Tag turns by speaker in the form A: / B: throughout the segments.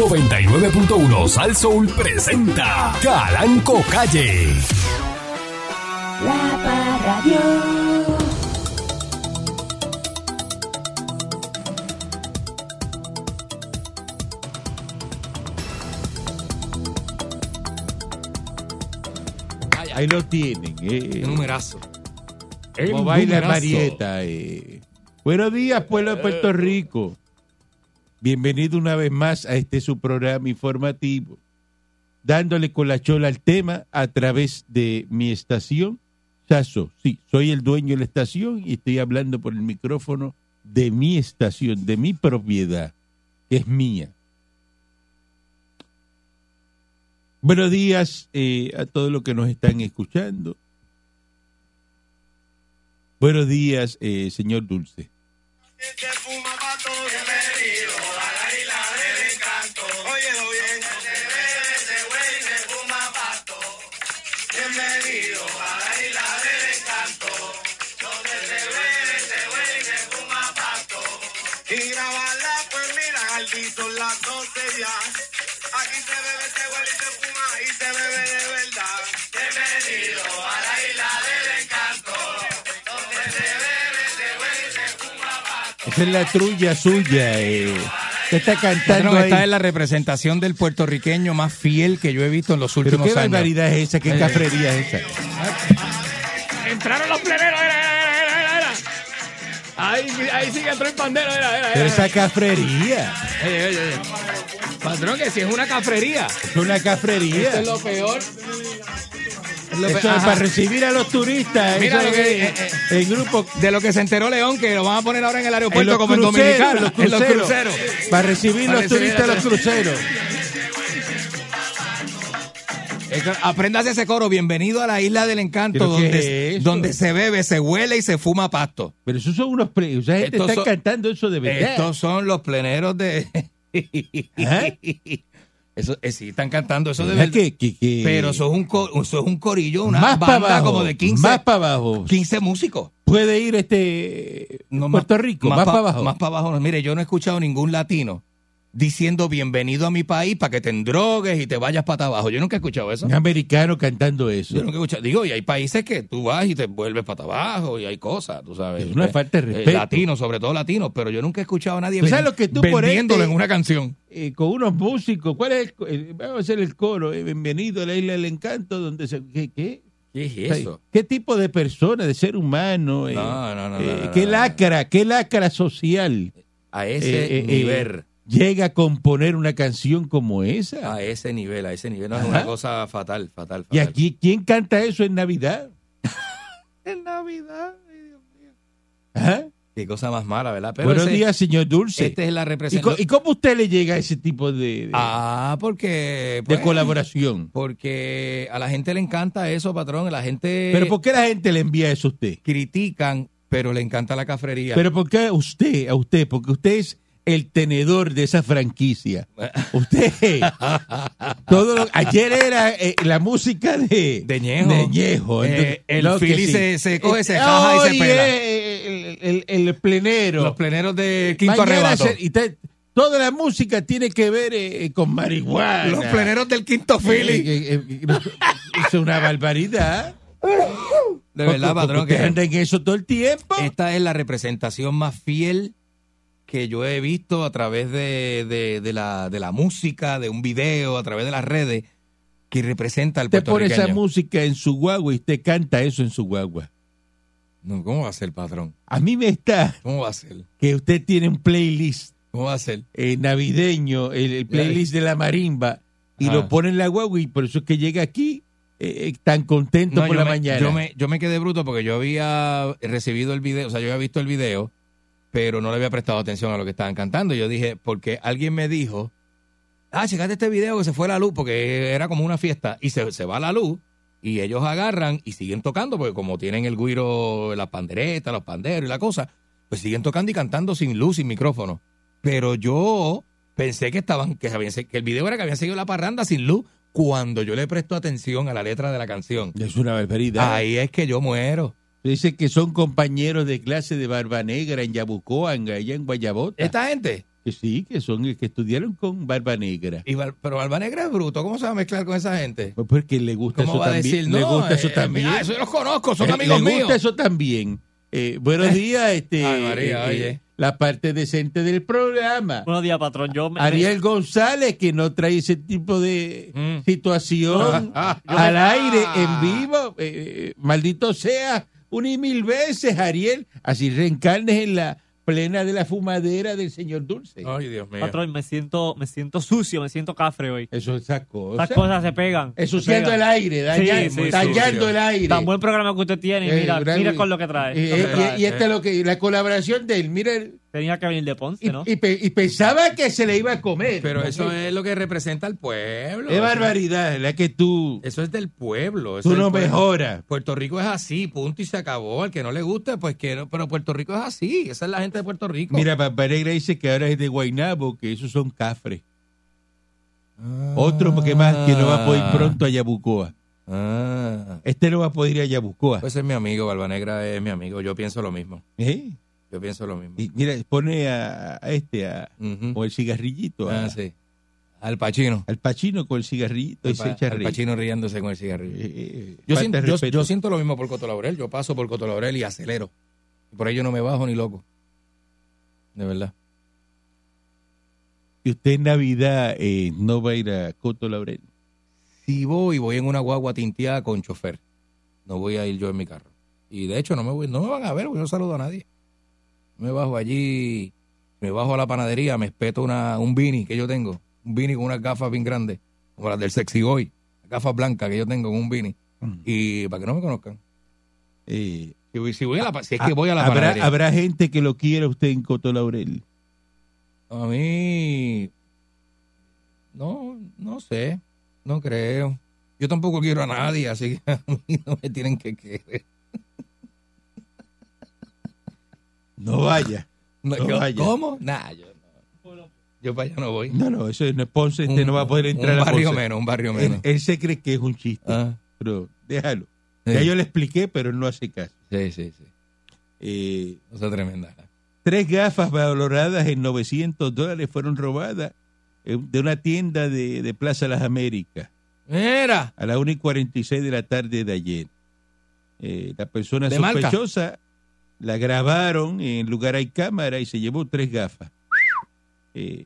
A: 99.1 Sal Soul presenta Calanco Calle.
B: La Parradio.
C: Ahí, ahí lo tienen. Eh.
D: Qué numerazo.
C: Como
D: El
C: baila
D: numerazo.
C: Marieta. eh. Buenos días, pueblo de Puerto Rico. Bienvenido una vez más a este su programa informativo, dándole con la chola al tema a través de mi estación, Saso. Sí, soy el dueño de la estación y estoy hablando por el micrófono de mi estación, de mi propiedad, que es mía. Buenos días eh, a todos los que nos están escuchando. Buenos días, eh, señor Dulce.
E: Y grabarla, pues mira, al fin son las 12 ya. Aquí se bebe, se huele y se fuma y se bebe de verdad. Bienvenido a la isla del encanto.
C: Esa es la trulla suya. Eh. Usted está cantando
D: Patrón,
C: ahí.
D: esta es la representación del puertorriqueño más fiel que yo he visto en los
C: Pero
D: últimos
C: qué
D: años.
C: barbaridad es esa, qué
D: Eh.
C: cafrería es esa.
F: Entraron los pleneros, era, era, era, era, era. Ahí, ahí sí que entró el pandero, era, era,
C: Pero
F: era.
C: esa cafrería.
F: Oye, oye, oye. Patrón, que si es una cafrería.
C: Es una cafrería.
F: Eso es lo peor. Lo
C: Eso
F: pe-
C: es
F: Ajá.
C: para recibir a los turistas.
F: Mira
C: eso
F: lo
C: es
F: que-
C: eh, el grupo.
D: De lo que se enteró León, que lo van a poner ahora en el
C: en
D: aeropuerto
C: los
D: como en
C: cruceros,
D: Dominicana.
C: los
D: en los
C: cruceros.
D: cruceros.
C: Para recibir
F: Para
C: los
F: recibir
C: turistas
F: a
C: a los
F: los-
C: cruceros.
D: Es que Apréndase ese coro. Bienvenido a la isla del encanto,
C: ¿Pero qué
D: donde,
C: es eso?
D: donde se bebe, se huele y se fuma pasto.
C: Pero esos son unos. Pre... O sea, gente
D: Estos
C: está
D: son-
C: cantando eso de verdad.
D: Estos son los pleneros de.
C: Ajá.
D: Eso, eh, sí, están cantando eso de
C: Mira
D: verdad.
C: que- que- que-
D: Pero eso es un, co- eso es un corillo, una
C: más para
D: banda
C: abajo.
D: como de 15,
C: Más para abajo.
D: 15 músicos.
C: Puede ir este.
D: No, más-
C: Puerto Rico, más,
D: pa-
C: para abajo.
D: Más para abajo. no. Mire, yo no he escuchado ningún latino diciendo bienvenido a mi país para que te endrogues y te vayas para abajo. Yo nunca he escuchado eso.
C: Un americano cantando eso.
D: Yo nunca he escuchado. Digo, y hay países que tú vas y te vuelves para abajo y hay cosas, tú sabes.
C: Es una falta de respeto.
D: latinos, sobre todo latinos, pero yo nunca he escuchado a nadie
C: Tú sabes
D: ven-
C: lo que tú por
D: vendiéndolo
C: este-
D: en una canción.
C: eh, con unos músicos. ¿Cuál es el, co- el- vamos a hacer el coro. eh, bienvenido a la Isla del Encanto, donde se... ¿Qué? qué?
D: ¿Qué es
C: O sea, ¿Qué tipo de persona, de ser humano? eh,
D: No, no, no,
C: eh,
D: no, no,
C: ¿Qué
D: no, no.
C: lacra, qué lacra social
D: A
C: eh, eh, eh, llega a componer una canción como esa?
D: a ese nivel, a ese nivel. No,
C: eh. Ajá.
D: es una cosa fatal, fatal, fatal.
C: ¿Y aquí quién canta eso en Navidad?
D: En Navidad, ay, Dios mío.
C: Ajá.
D: Qué cosa más mala, ¿verdad? Pero
C: Buenos
D: ese-
C: días, señor Dulce.
D: Esta es la
C: ¿Y, co-
D: representación.
C: y cómo usted le llega a ese tipo de, de-
D: Ah, porque.
C: de
D: pues,
C: colaboración?
D: Porque a la gente le encanta eso, patrón. A la gente.
C: ¿Pero por qué la gente le envía eso a usted?
D: Critican, pero le encanta la cafrería.
C: Pero ¿por qué a usted, a usted? Porque usted es el tenedor de esa franquicia. Usted. todo lo- ayer era eh, la música de
D: De Ñejo.
C: Ñejo.
D: Eh,
C: Entonces,
D: el
C: no, que
D: Philly
C: sí.
D: se- se coge, se
C: Eh,
D: jaja y se
C: hoy
D: pela.
C: es eh, El, el- el plenero.
D: los pleneros de Quinto
C: Mañana
D: Arrebato.
C: se- y te- toda la música tiene que ver eh, con marihuana.
D: Los pleneros del Quinto Philly.
C: Eh, eh, eh, es una barbaridad.
D: de verdad,
C: Porque
D: patrón.
C: usted
D: que-
C: anda en eso todo el tiempo.
D: Esta es la representación más fiel que yo he visto a través de, de- de la, de la música, de un video, a través de las redes, que representa al
C: Usted pone esa
D: puertorriqueño.
C: música en su guagua y usted canta eso en su guagua.
D: No, ¿Cómo va a ser, patrón?
C: A mí me está
D: ¿Cómo va a ser?
C: que usted tiene un playlist
D: ¿Cómo va a ser?
C: eh, navideño, el, el playlist de la marimba, y
D: Ajá.
C: lo pone en la guagua y por eso es que llega aquí eh, eh, tan contento
D: No,
C: por
D: yo
C: la
D: me-
C: mañana.
D: Yo me, yo me quedé bruto porque yo había recibido el video, o sea, yo había visto el video, pero no le había prestado atención a lo que estaban cantando. Yo dije, porque alguien me dijo, ah, checate este video que se fue la luz, porque era como una fiesta, y se, se va la luz, y ellos agarran y siguen tocando, porque como tienen el guiro, las panderetas, los panderos y la cosa, pues siguen tocando y cantando sin luz, sin micrófono. Pero yo pensé que estaban, que, habían se- que el video era que habían seguido la parranda sin luz. Cuando yo le presto atención a la letra de la canción,
C: Es una barbaridad.
D: Ahí es que yo muero.
C: Dice que son compañeros de clase de Barba Negra en Yabucoa, en, allá en Guayabota.
D: Esta gente.
C: Que sí, que son que estudiaron con Barba Negra.
D: Y Val- pero Barba Negra es bruto, ¿cómo se va a mezclar con esa gente?
C: Pues Porque le gusta
D: ¿Cómo
C: eso
D: va a
C: también.
D: decir
C: le
D: no?
C: gusta eso
D: eh,
C: también.
D: ah, eso yo los conozco, son
C: Eh,
D: amigos
C: le gusta
D: míos.
C: eso también. Eh, buenos días, este,
D: Ay, María,
C: eh, eh,
D: oye.
C: la parte decente del programa.
G: Buenos días, patrón. Yo me,
C: Ariel González, que no trae ese tipo de
D: Mm.
C: situación
D: Ah, ah,
C: al
D: ah.
C: aire, en vivo. eh, eh, maldito sea, un y mil veces, Ariel. Así reencarnes en la plena de la fumadera del señor Dulce.
D: Ay, Dios mío.
G: patrón, me siento, me siento sucio, me siento cafre hoy.
C: Eso es esa cosa.
G: Estas cosas se pegan. se
C: Ensuciando el
G: pegan.
C: aire, dañando,
G: Sí, sí,
C: dañando
D: sucio.
C: el aire.
G: Tan buen programa que usted tiene, y
C: Eh,
G: mira,
C: gran-
G: mira con lo que trae.
C: Eh,
G: lo que
C: eh,
G: trae.
C: y, y esta es lo que, la colaboración de él, mira, el-
G: Tenía que venir de Ponce,
C: y,
G: ¿no?
C: y pe- y pensaba que se le iba a comer.
D: Pero eso
C: es,
D: es lo que representa al pueblo. Eso-
C: barbaridad, la que tú,
D: Eso es del pueblo. eso
C: tú
D: es pues.
C: no
D: del pueblo.
C: mejoras.
D: Puerto Rico es así, punto y se acabó. Al que no le guste, pues que no. Pero Puerto Rico es así. Esa es la gente de Puerto Rico.
C: Mira, Papá Negra dice que ahora es de Guainabo, que esos son cafres. Otro que más que no va a poder ir pronto a Yabucoa.
D: Ah.
C: Este no va a poder ir a Yabucoa.
D: Pues es mi amigo, Barba Negra es mi amigo. Yo pienso lo mismo.
C: ¿Eh?
D: Yo pienso lo mismo.
C: Y mira, pone a, a este, a,
D: Ujú.
C: con el cigarrillito, a-
D: Ah, sí. Al Pachino.
C: al Pachino con el cigarrillito y
D: Al,
C: se echa a reír.
D: Pachino riéndose con el cigarrillo.
C: Eh, eh,
D: Yo,
C: falta
D: siento,
C: de
D: yo-
C: respeto.
D: yo siento lo mismo por Coto Laurel. Yo paso por Coto Laurel y acelero. Por ello no me bajo ni loco. De verdad.
C: Y usted en Navidad eh, no va a ir a Coto Laurel.
D: Si voy, voy en una guagua tinteada con chofer. No voy a ir yo en mi carro. Y de hecho no me voy, no me van a ver, porque yo no saludo a nadie. Me bajo allí, me bajo a la panadería, me espeto una, un beanie que yo tengo. Un beanie con unas gafas bien grandes, como las del sexy boy. Gafas blancas que yo tengo con un beanie.
C: Mm.
D: Y para que no me conozcan.
C: Eh,
D: Si, voy- si voy a la pa- si es que voy a la
C: Ah, ¿habrá,
D: panadería.
C: habrá gente que lo quiera usted en Coto Laurel.
D: A mí. No, no sé. No creo. Yo tampoco quiero a nadie, así que a mí no me tienen que querer.
C: No vaya.
D: No,
C: No
D: yo-
C: vaya.
D: ¿Cómo? Nah, yo no. Yo para allá no voy.
C: No, no, eso no es Ponce, este
D: Un-
C: no va a poder entrar
D: un
C: a
D: barrio
C: Ponce.
D: menos, un barrio
C: Él,
D: menos.
C: él se cree que es un chiste,
D: Ah,
C: pero déjalo.
D: sí,
C: Ya yo le expliqué, pero él no hace caso.
D: sí, sí, sí.
C: Eh,
D: O sea, tremenda.
C: tres gafas valoradas en 900 dólares fueron robadas eh, de una tienda de, de Plaza Las Américas.
D: Mira,
C: a las 1 y 46 de la tarde de ayer. Eh, la persona
D: De marca.
C: sospechosa la grabaron, en lugar hay cámara y se llevó tres gafas. Eh,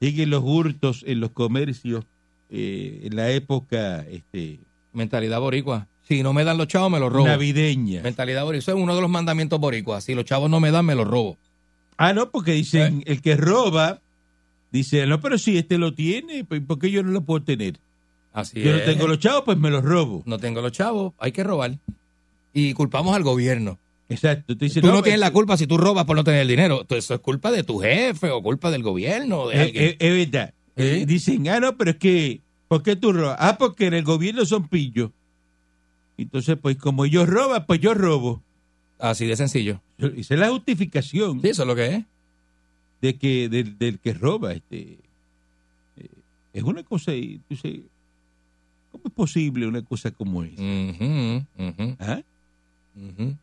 C: siguen los hurtos en los comercios eh, en la época este,
D: mentalidad boricua. Si no me dan los chavos, me los robo.
C: navideña.
D: Mentalidad boricua. Eso es uno de los mandamientos boricuas. Si los chavos no me dan, me los robo.
C: Ah, no, porque dicen,
D: Eh.
C: el que roba, dice, no, pero si este lo tiene, pues, ¿por qué yo no lo puedo tener?
D: Así
C: Yo no
D: es.
C: tengo los chavos, pues me los robo.
D: no tengo los chavos, hay que robar. Y culpamos al gobierno.
C: Exacto. Tú, dices,
D: Tú no pues,
C: me-
D: tienes la culpa si tú robas por no tener el dinero. Tú- Eso es culpa de tu jefe o culpa del gobierno. de
C: Es,
D: alguien.
C: es- Eh, es verdad.
D: ¿Eh?
C: Dicen, ah, no, pero es que, ¿por qué tú robas? Ah, porque en el gobierno son pillos. Entonces, pues como ellos roban, pues yo robo.
D: Así de sencillo.
C: Esa es la justificación
D: Sí, eso es lo que es.
C: de que, del, del que roba. este Eh, Es una cosa, y tú dices, ¿cómo es posible una cosa como esa?
D: Mm. Ujú, ujú,
C: ¿Ah?
D: ujú.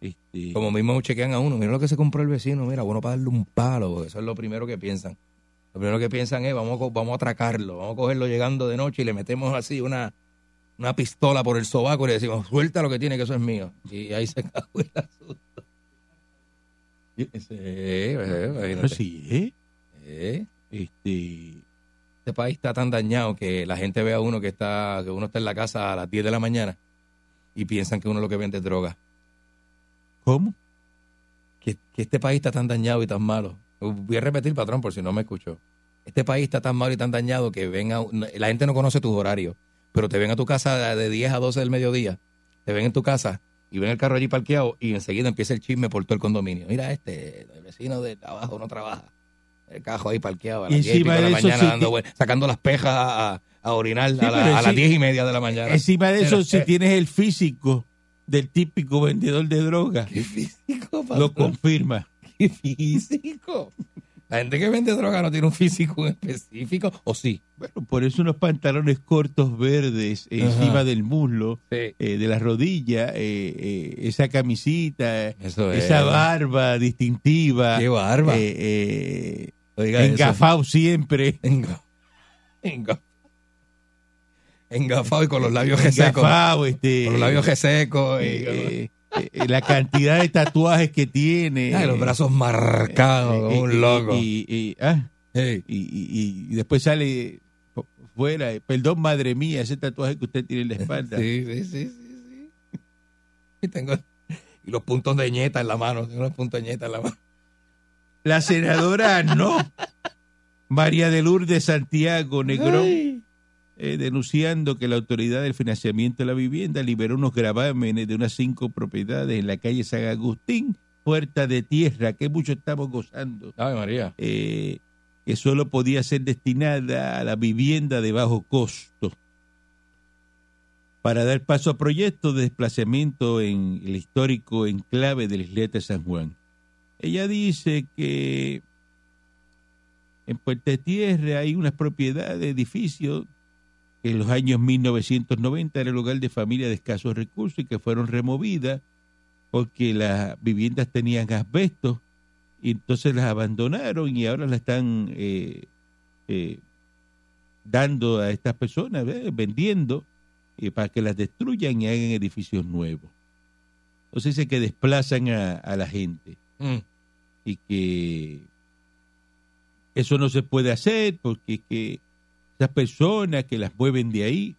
C: Este,
D: Como mismo chequean a uno. Mira lo que se compró el vecino. Mira, bueno, para darle un palo. Porque eso es lo primero que piensan. Lo primero que piensan es, vamos a, co- vamos a atracarlo. Vamos a cogerlo llegando de noche y le metemos así una, una pistola por el sobaco y le decimos, suelta lo que tiene, que eso es mío. Y ahí se acabó el asunto. Sí, sí,
C: pero
D: imagínate.
C: sí, ¿eh?
D: Sí.
C: Este,
D: Este país está tan dañado que la gente ve a uno que está que uno está en la casa a las 10 de la mañana y piensan que uno lo que vende es droga.
C: ¿Cómo?
D: que, que este país está tan dañado y tan malo. Voy a repetir, patrón, por si no me escuchó. Este país está tan malo y tan dañado que ven a- la gente no conoce tus horarios, pero te ven a tu casa de 10 a 12 del mediodía, te ven en tu casa y ven el carro allí parqueado y enseguida empieza el chisme por todo el condominio. Mira este, el vecino de abajo no trabaja. El cajo ahí parqueado a
C: Y
D: las 10 y pico
C: encima
D: de la
C: de eso,
D: mañana
C: sí,
D: dando
C: ti-
D: vuel- sacando las pejas a, a orinar
C: Sí,
D: a, la-
C: pero
D: a las
C: sí.
D: 10 y media de la mañana.
C: Encima de eso,
D: Pero,
C: si
D: eh,
C: tienes el físico del típico vendedor de drogas,
D: qué físico,
C: lo
D: patrón,
C: confirma.
D: qué físico. La gente que vende droga no tiene un físico en específico, o sí.
C: Bueno, por eso unos pantalones cortos verdes eh,
D: Ajá.
C: encima del muslo,
D: Sí.
C: eh, de la rodilla, eh, eh, esa camisita, eh,
D: Eso es.
C: esa barba distintiva.
D: Qué barba.
C: eh, eh,
D: Oiga eso.
C: engafado siempre.
D: Enga- enga- Engafado y con los labios resecos.
C: Engafado, este.
D: Con los labios
C: eh,
D: resecos y
C: eh, eh, eh, la cantidad de tatuajes que tiene.
D: Ay, Ah, los brazos marcados,
C: Eh,
D: como
C: eh,
D: un loco.
C: Y, y- ah,
D: Ey.
C: y- y- y después sale fu- fuera, eh, perdón, madre mía, ese tatuaje que usted tiene en la espalda.
D: Sí, sí, sí, sí, sí. Y tengo y los puntos de ñeta en la mano, tengo los puntos de ñeta en la mano.
C: La senadora no. María de Lourdes Santiago Negrón, eh, denunciando que la autoridad del financiamiento de la vivienda liberó unos gravámenes de unas cinco propiedades en la calle San Agustín, Puerta de Tierra, que mucho estamos gozando,
D: Ay, María.
C: eh, que solo podía ser destinada a la vivienda de bajo costo. Para dar paso a proyectos de desplazamiento en el histórico enclave del Isleta de San Juan. Ella dice que en Puerta de Tierra hay unas propiedades, edificios, que en los años 1990 era el hogar de familias de escasos recursos y que fueron removidas porque las viviendas tenían asbestos y entonces las abandonaron y ahora las están eh, eh, dando a estas personas, ¿ves? vendiendo eh, para que las destruyan y hagan edificios nuevos. Entonces dice que desplazan a- a la gente
D: Mm.
C: y que eso no se puede hacer porque es que esas personas que las mueven de ahí,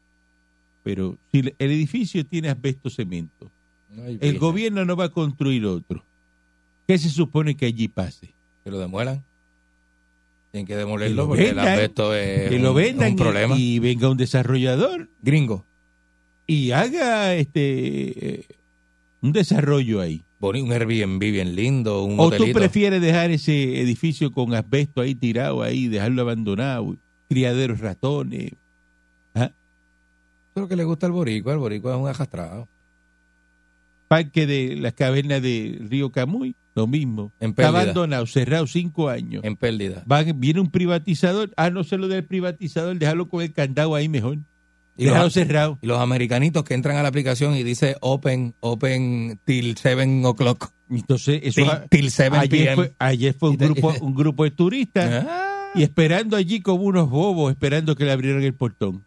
C: pero si el el edificio tiene asbesto cemento,
D: Ay,
C: el
D: virgen.
C: gobierno no va a construir otro. ¿Qué se supone que allí pase?
D: Que lo demuelan. Tienen que demolerlo
C: Que lo
D: porque
C: vendan,
D: el asbesto es
C: que
D: un,
C: lo
D: es
C: vendan
D: un problema.
C: y, y venga un desarrollador
D: Gringo,
C: y haga este eh, un desarrollo ahí.
D: boni- un Airbnb bien lindo, un
C: ¿O tú
D: hotelito.
C: prefieres dejar ese edificio con asbesto ahí tirado ahí, dejarlo abandonado, criaderos ratones,
D: Eso es lo que le gusta al boricua, el boricua es un ajastrado.
C: parque de las cavernas de Río Camuy, lo mismo.
D: En
C: Está
D: pérdida.
C: abandonado, cerrado cinco años.
D: En pérdida.
C: Van- viene un privatizador. Ah, no se lo del privatizador, déjalo con el candado ahí mejor.
D: Y
C: déjalo
D: los,
C: cerrado.
D: y los americanitos que entran a la aplicación y dice open, open till 7 o'clock.
C: Entonces, eso
D: Till, till 7
C: ayer
D: p.m.
C: fue, ayer fue un
D: Y te-
C: grupo, un grupo de turistas
D: Ah,
C: y esperando allí como unos bobos, esperando que le abrieran el portón.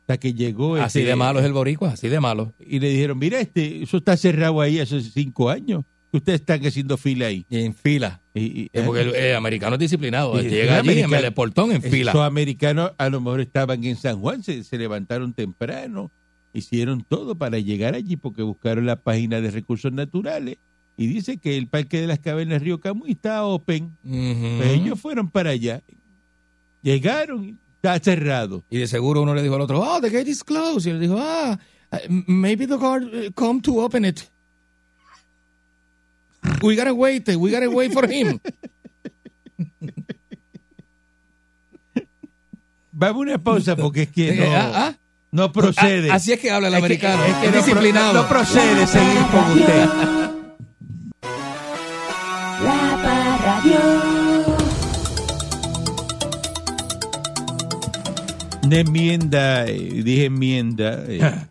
C: Hasta que llegó
D: así
C: este-
D: de malo es el boricua, así de malo.
C: y le dijeron, mira, este, eso está cerrado ahí hace cinco años. Ustedes están haciendo fila ahí.
D: Y en fila.
C: Y- eh, y-
D: Es porque el, el americano es disciplinado.
C: Y- el
D: llega allí y en
C: americano-
D: el portón en
C: Esos
D: fila.
C: americanos a lo mejor estaban en San Juan, se, se levantaron temprano, hicieron todo para llegar allí porque buscaron la página de recursos naturales y dice que el Parque de las Cavernas Río Camuy está open.
D: Ujú.
C: Pues ellos fueron para allá, llegaron, y está cerrado.
D: Y de seguro uno le dijo al otro, oh, the gate is closed. Y él dijo, ah, eh, maybe the guard eh, come to open it. We gotta wait, eh, we gotta wait for him.
C: Vamos a una pausa porque es que no,
D: Ah, ah.
C: no procede.
D: Ah, así es que habla el
C: Es que-
D: americano,
C: es
D: es,
C: que no pro-
D: disciplinado.
C: no procede seguir con usted.
B: La Parradio.
C: Una enmienda, eh, dije enmienda, eh,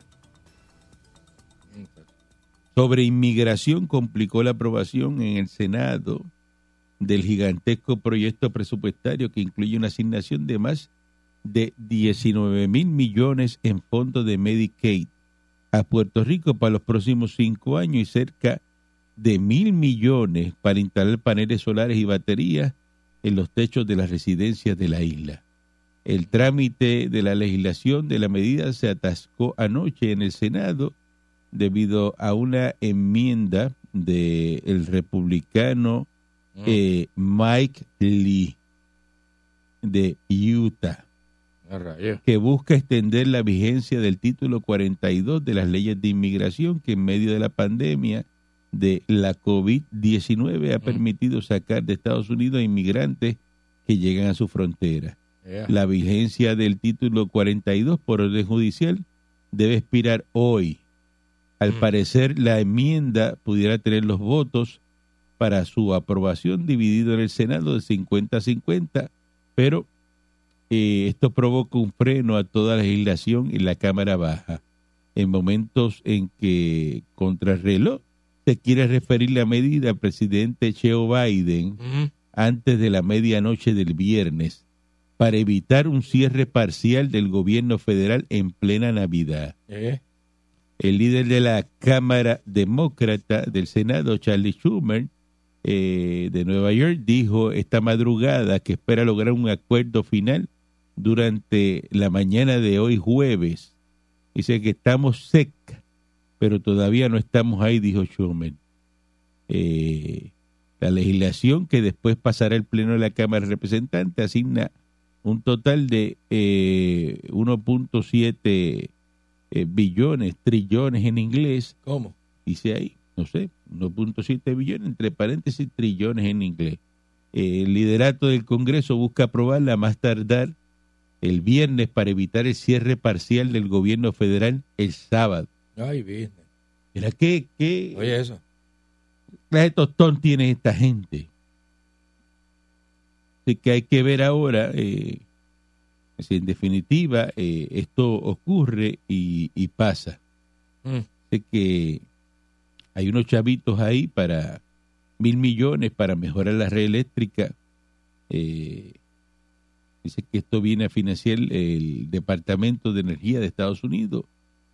C: sobre inmigración complicó la aprobación en el Senado del gigantesco proyecto presupuestario que incluye una asignación de más de 19 mil millones en fondos de Medicaid a Puerto Rico para los próximos cinco años y cerca de mil millones para instalar paneles solares y baterías en los techos de las residencias de la isla. El trámite de la legislación de la medida se atascó anoche en el Senado debido a una enmienda del republicano
D: Mm.
C: eh, Mike Lee de Utah que busca extender la vigencia del título 42 de las leyes de inmigración que en medio de la pandemia de la COVID-19 ha permitido sacar de Estados Unidos a inmigrantes que llegan a su frontera. La vigencia del título 42 por orden judicial debe expirar hoy. Al parecer, la enmienda pudiera tener los votos para su aprobación, dividido en el Senado de 50 a 50, pero eh, esto provoca un freno a toda legislación en la Cámara Baja. En momentos en que contrarreloj se quiere referir la medida al presidente Joe Biden
D: Ujú.
C: antes de la medianoche del viernes para evitar un cierre parcial del gobierno federal en plena Navidad.
D: Eh.
C: El líder de la Cámara Demócrata del Senado, Charlie Schumer, eh, de Nueva York, dijo esta madrugada que espera lograr un acuerdo final durante la mañana de hoy jueves. Dice que estamos cerca, pero todavía no estamos ahí, dijo Schumer. Eh, la legislación que después pasará el Pleno de la Cámara de Representantes asigna un total de eh, 1.7 eh, billones, trillones en inglés,
D: ¿Cómo?
C: dice ahí, no sé, 1.7 billones, entre paréntesis, trillones en inglés. Eh, el liderato del Congreso busca aprobarla a más tardar el viernes para evitar el cierre parcial del gobierno federal el sábado.
D: Ay, business.
C: Mira, ¿qué, qué
D: Oye, eso.
C: clase de tostón tiene esta gente? Así que hay que ver ahora, eh, si en definitiva, eh, esto ocurre y- y pasa.
D: Mm.
C: de que hay unos chavitos ahí para mil millones para mejorar la red eléctrica. Eh, dice que esto viene a financiar el Departamento de Energía de Estados Unidos,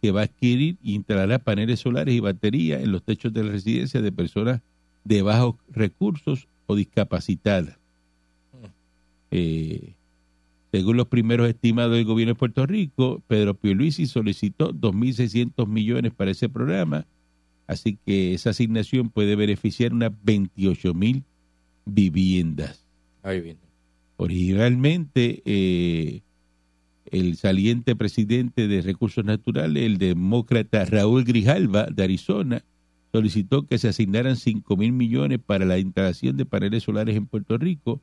C: que va a adquirir y instalará paneles solares y baterías en los techos de la residencia de personas de bajos recursos o discapacitadas. Eh, según los primeros estimados del gobierno de Puerto Rico, Pedro Pierluisi solicitó 2.600 millones para ese programa, así que esa asignación puede beneficiar unas 28.000 viviendas.
D: Ay, business.
C: Originalmente, eh, el saliente presidente de Recursos Naturales, el demócrata Raúl Grijalva de Arizona, solicitó que se asignaran 5 mil millones para la instalación de paneles solares en Puerto Rico.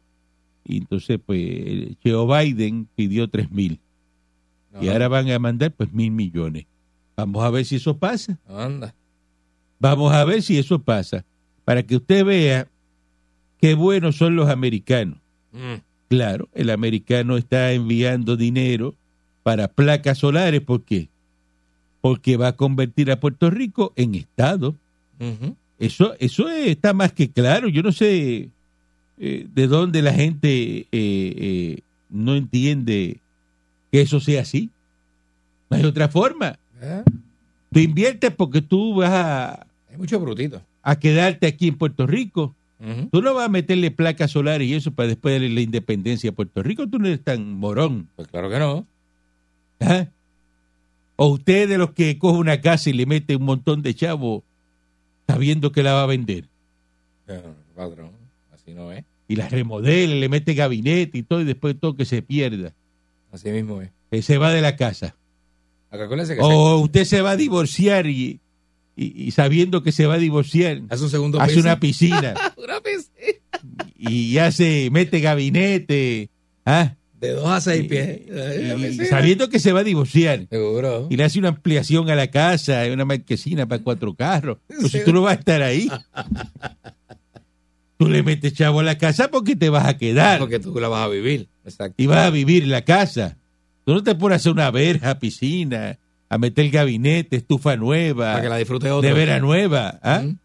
C: Y entonces, pues, Joe Biden pidió 3 mil.
D: No,
C: Y ahora van a mandar, pues, mil millones. Vamos a ver si eso pasa.
D: Anda.
C: Vamos a ver si eso pasa. Para que usted vea qué buenos son los americanos.
D: Mm.
C: Claro, el americano está enviando dinero para placas solares. ¿Por qué? Porque va a convertir a Puerto Rico en Estado.
D: Ujú.
C: Eso, eso es- está más que claro. Yo no sé eh, de dónde la gente eh, eh, no entiende que eso sea así. No hay otra forma.
D: Eh,
C: Tú inviertes porque tú vas a,
D: Hay mucho brutito. Mm-hmm.
C: a quedarte aquí en Puerto Rico.
D: Ujú.
C: Tú no vas a meterle placas solares y eso para después darle la independencia a Puerto Rico. Tú no eres tan morón.
D: Pues claro que no.
C: ¿Ah? O usted de los que coge una casa y le mete un montón de chavo sabiendo que la va a vender.
D: Eh, Patrón, así no es.
C: Y la remodela, le mete gabinete y todo, y después todo que se pierda.
D: Así mismo es.
C: Eh, se va de la casa.
D: Acá acuérdese que
C: O usted se va a divorciar y, y- y sabiendo que se va a divorciar,
D: se- hace un segundo
C: hace
D: piso.
C: una piscina
D: Una piscina.
C: y hace, mete gabinete, ¿ah?
D: De dos a seis
C: Y-
D: pies.
C: y-
D: Eh, una
C: y
D: piscina.
C: sabiendo que se va a divorciar.
D: Seguro.
C: y le hace una ampliación a la casa, una marquesina para cuatro carros. Entonces
D: Sí.
C: tú no vas a estar ahí. Tú le metes chavo a la casa porque te vas a quedar
D: Porque tú la vas a vivir. Exacto.
C: y vas a vivir la casa. Tú no te pones a hacer una verja, piscina, a meter gabinete, estufa nueva,
D: Para que la disfrute otro.
C: nevera nueva. ¿ah?
D: Mm.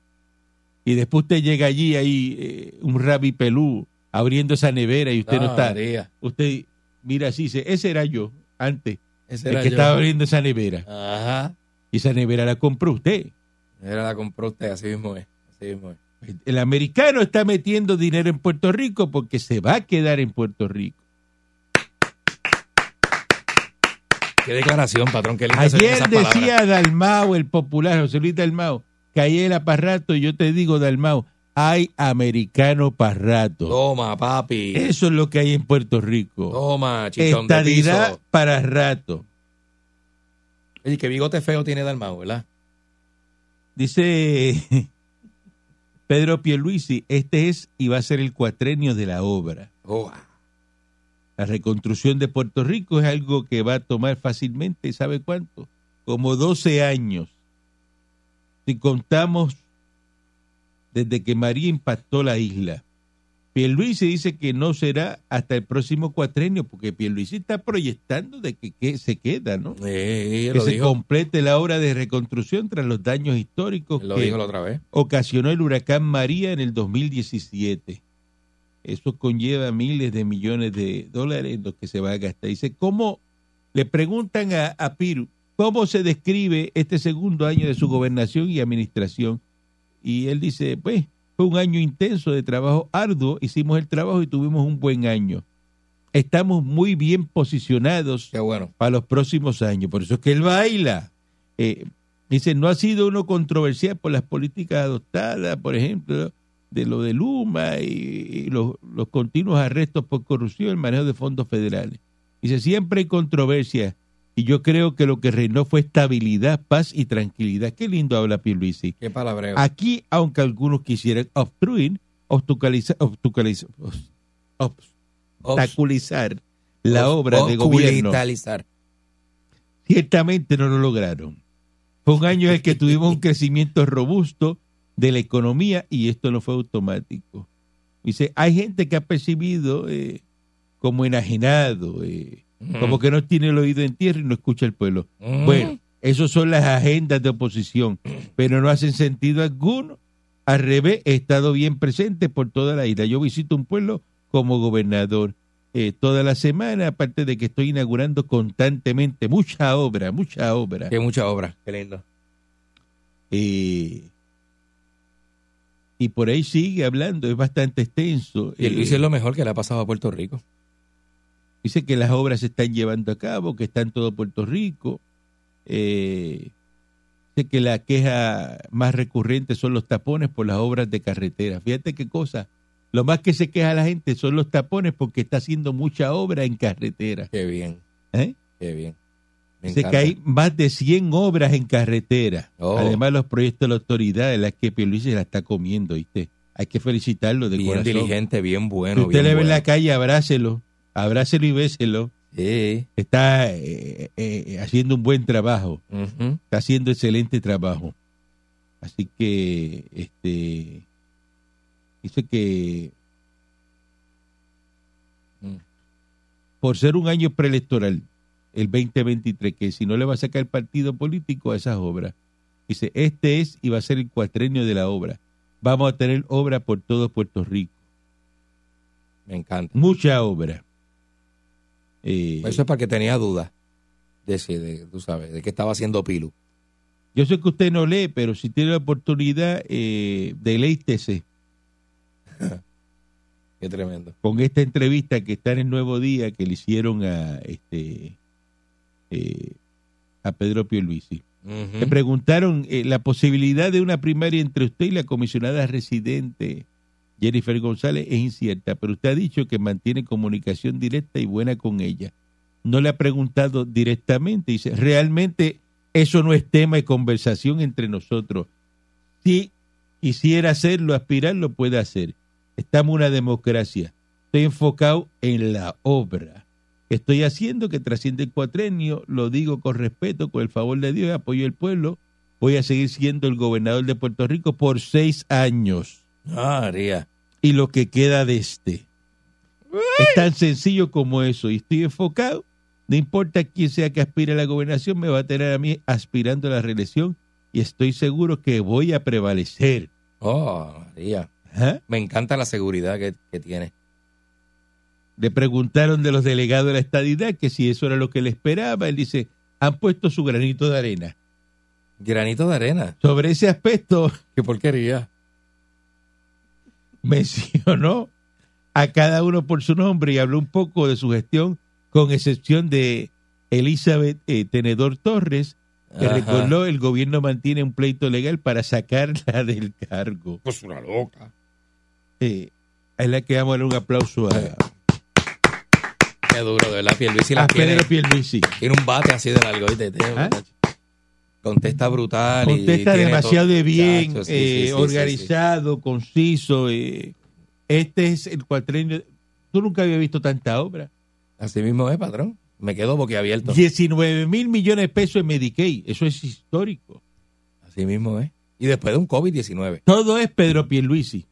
C: Y después usted llega allí, ahí eh, un rabi pelú abriendo esa nevera y usted no,
D: No,
C: está.
D: María.
C: Usted mira así, dice, ese era yo antes,
D: Ese
C: el
D: era
C: que
D: yo.
C: estaba abriendo esa nevera.
D: Ajá.
C: Y esa nevera la compró usted.
D: Era la compró usted, así mismo es. Así mismo es.
C: El americano está metiendo dinero en Puerto Rico porque se va a quedar en Puerto Rico.
D: Qué declaración, patrón. Qué linda se ven
C: Ayer
D: esas palabras.
C: decía Dalmao, el popular José Luis Dalmao, que ahí era para rato y yo te digo, Dalmao, hay americano para rato.
D: Toma, papi.
C: Eso es lo que hay en Puerto Rico.
D: Toma, chichón de
C: Estadidad
D: piso.
C: para rato.
D: Oye, qué bigote feo tiene Dalmau, ¿verdad?
C: Dice Pedro Pierluisi, este es y va a ser el cuatrenio de la obra.
D: Oh, ah.
C: La reconstrucción de Puerto Rico es algo que va a tomar fácilmente, ¿sabe cuánto? Como 12 años. Si contamos desde que María impactó la isla. Pierluisi dice que no será hasta el próximo cuatrenio, porque Pierluisi está proyectando de que, que se queda, ¿no?
D: Eh,
C: Que
D: lo
C: se
D: dijo,
C: complete la obra de reconstrucción tras los daños históricos
D: lo
C: que
D: dijo la otra vez.
C: ocasionó el huracán María en el 2017. Eso conlleva miles de millones de dólares en los que se va a gastar. Dice, ¿cómo? Le preguntan a, a Piru, ¿cómo se describe este segundo año de su gobernación y administración? Y él dice, pues, fue un año intenso de trabajo arduo, hicimos el trabajo y tuvimos un buen año. Estamos muy bien posicionados
D: Qué bueno.
C: para los próximos años. Por eso es que él baila. Eh, dice, no ha sido uno controversial por las políticas adoptadas, por ejemplo, de lo de Luma y, y los, los continuos arrestos por corrupción, el manejo de fondos federales. Dice, siempre hay controversia y yo creo que lo que reinó fue estabilidad, paz y tranquilidad. Qué lindo habla Pierluisi.
D: Qué palabreo.
C: Aquí, aunque algunos quisieran obstruir, obstaculiza- obstaculiza- obstaculizar la obra de gobierno
D: Oculitalizar.
C: ciertamente no lo lograron. Fue un año en el que tuvimos un crecimiento robusto de la economía y esto no fue automático. Dice, hay gente que ha percibido eh, como enajenado, eh, como que no tiene el oído en tierra y no escucha el pueblo.
D: Mm.
C: Bueno, esas son las agendas de oposición, pero no hacen sentido alguno. Al revés, he estado bien presente por toda la isla. Yo visito un pueblo como gobernador eh, toda la semana, aparte de que estoy inaugurando constantemente mucha obra, mucha obra.
D: Qué mm, mucha obra. Qué lindo.
C: Eh, y por ahí sigue hablando, es bastante extenso.
D: Y el Luis
C: Eh,
D: es lo mejor que le ha pasado a Puerto Rico.
C: Dice que las obras se están llevando a cabo, que está en todo Puerto Rico. Eh, dice que la queja más recurrente son los tapones por las obras de carretera. Fíjate qué cosa. Lo más que se queja la gente son los tapones porque está haciendo mucha obra en carretera.
D: Qué bien,
C: ¿eh?
D: qué bien. Me
C: Dice
D: encanta.
C: que hay más de 100 obras en carretera.
D: Oh.
C: Además, los proyectos de la autoridad de las que Luis se la está comiendo, ¿viste? Hay que felicitarlo de
D: bien
C: corazón.
D: diligente, bien bueno.
C: si usted
D: bien
C: le ve en
D: bueno.
C: la calle, abrácelo. Abrácelo y béselo.
D: Sí.
C: Está eh, eh, haciendo un buen trabajo.
D: Ujú.
C: Está haciendo excelente trabajo. Así que, este. Dice que.
D: Mm.
C: Por ser un año preelectoral, el 2023, que si no le va a sacar partido político a esas obras. Dice, este es y va a ser el cuatrenio de la obra. Vamos a tener obra por todo Puerto Rico.
D: Me encanta.
C: Mucha obra. Eh,
D: Pues Eso es para que tenía dudas. De, si- de- tú sabes, de que estaba haciendo Pilu.
C: Yo sé que usted no lee, pero si tiene la oportunidad, eh, deleítese
D: Qué tremendo.
C: con esta entrevista que está en el Nuevo Día que le hicieron a este eh, a Pedro Pierluisi.
D: Ujú.
C: Le preguntaron eh, la posibilidad de una primaria entre usted y la comisionada residente Jennifer González es incierta, pero usted ha dicho que mantiene comunicación directa y buena con ella. No le ha preguntado directamente, dice, realmente eso no es tema de conversación entre nosotros. Si quisiera hacerlo, aspirar, lo puede hacer. Estamos en una democracia. Estoy enfocado en la obra que estoy haciendo que trasciende el cuatrenio, lo digo con respeto, con el favor de Dios, apoyo del pueblo, voy a seguir siendo el gobernador de Puerto Rico por seis años
D: Ah, María.
C: y lo que queda de este. Es tan sencillo como eso. Y estoy enfocado. No importa quién sea que aspire a la gobernación, me va a tener a mí aspirando a la reelección y estoy seguro que voy a prevalecer. ¿ah?
D: Oh, María.
C: Ajá.
D: Me encanta la seguridad que, que tiene.
C: Le preguntaron de los delegados de la estadidad que si eso era lo que le esperaba. Él dice, han puesto su granito de arena.
D: Granito de arena.
C: Sobre ese aspecto,
D: Qué porquería.
C: mencionó a cada uno por su nombre y habló un poco de su gestión, con excepción de Elizabeth eh, Tenedor Torres, que
D: Ajá.
C: recordó el gobierno mantiene un pleito legal para sacarla del cargo.
D: Pues una loca.
C: Eh, es la que vamos a dar un aplauso a,
D: Qué duro, de verdad, Pierluisi la
C: a
D: tiene.
C: Pedro Pierluisi.
D: Tiene un bate así de largo. ¿viste? Tiene-
C: ¿Ah?
D: Contesta brutal. y
C: Contesta
D: tiene
C: demasiado
D: todo-
C: de bien,
D: Chacho, sí,
C: eh,
D: sí, sí, sí,
C: organizado, conciso. eh. Este es el cuatrenio. Tú nunca había visto tanta obra.
D: sí. Así mismo es, patrón. Me quedo boquiabierto.
C: 19 mil millones de pesos en Medicaid. Eso es histórico.
D: Así mismo es. Y después de un COVID-19.
C: Todo es Pedro Pierluisi.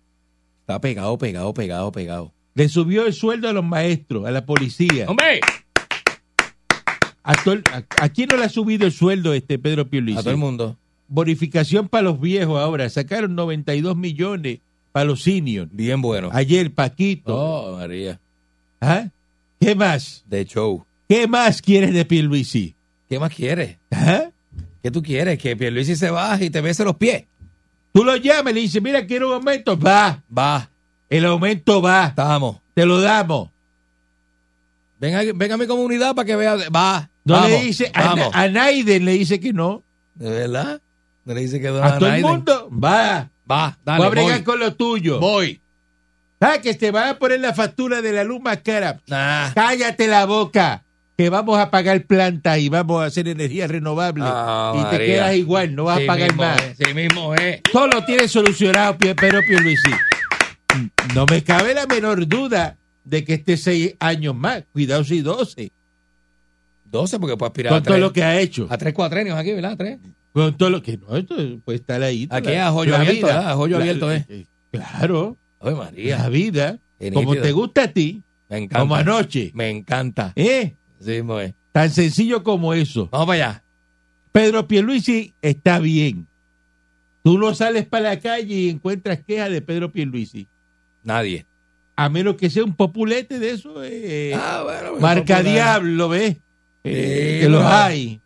D: Está pegado, pegado, pegado, pegado.
C: Le subió el sueldo a los maestros, a la policía.
F: ¡Hombre!
C: ¿A, tol- a- a quién no le ha subido el sueldo este Pedro Pierluisi?
D: A todo el mundo.
C: Bonificación para los viejos ahora. Sacaron 92 millones para los seniors.
D: Bien bueno.
C: Ayer, Paquito.
D: Oh, María.
C: ¿Ah? ¿Qué más?
D: De show.
C: ¿Qué más quieres de Pierluisi?
D: ¿Qué más quieres?
C: ¿Ah?
D: ¿Qué tú quieres? Que Pierluisi se baje y te bese los pies.
C: Tú lo llamas y le dices, mira, quiero un aumento. Va,
D: Va,
C: el aumento va.
D: estamos.
C: Te lo damos.
D: Ven a, ven a mi comunidad para que vea. Va,
C: No
D: vamos,
C: le dice, a,
D: vamos.
C: a Naiden le dice que no.
D: ¿De verdad? No le dice que don
C: A todo el
D: Anaiden.
C: mundo. Va.
D: Va,
C: voy
D: dale,
C: a bregar
D: voy.
C: con lo tuyo.
D: Voy.
C: Ah, que te van a poner la factura de la luz más cara.
D: Nah.
C: Cállate la boca. Que vamos a pagar planta y vamos a hacer energía renovable.
D: Ah,
C: y te
D: María.
C: quedas igual, no vas
D: Sí
C: a pagar
D: mismo
C: más.
D: es, sí mismo es.
C: Todo lo tiene solucionado, Pie- pero Pierluisi. No me cabe la menor duda de que esté seis años más. Cuidado si doce.
D: 12 porque puedo aspirar a
C: Con todo
D: tres, Ah.
C: lo que ha hecho.
D: a tres cuatrenios aquí, ¿verdad? Tres.
C: Con todo lo que no, esto puede estar ahí.
D: Aquí
C: La-
D: a joyo
C: la
D: abierto,
C: vida.
D: ¿verdad? A joyo
C: La-
D: abierto, ¿eh?
C: eh, Claro,
D: Ay,
C: la
D: María.
C: vida,
D: Qué
C: como
D: nítido.
C: te gusta a ti,
D: Me encanta.
C: como anoche.
D: Me encanta.
C: ¿Eh?
D: Sí mismo es.
C: Tan sencillo como eso.
D: Vamos para allá.
C: Pedro Pierluisi está bien. Tú no sales para la calle y encuentras quejas de Pedro Pierluisi.
D: Nadie.
C: A menos que sea un populete de eso. eh,
D: Ah, bueno.
C: marca diablo, ¿ves? Eh, que los hay.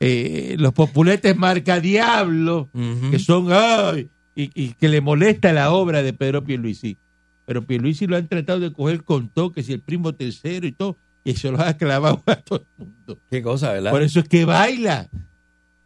C: Eh, los populetes marca diablo, que son, ay, y, y que le molesta la obra de Pedro Pierluisi. Pero Pierluisi lo han tratado de coger con toques y el primo tercero y todo, y se los ha clavado a todo el mundo.
D: Qué cosa, ¿verdad?
C: Por eso es que baila,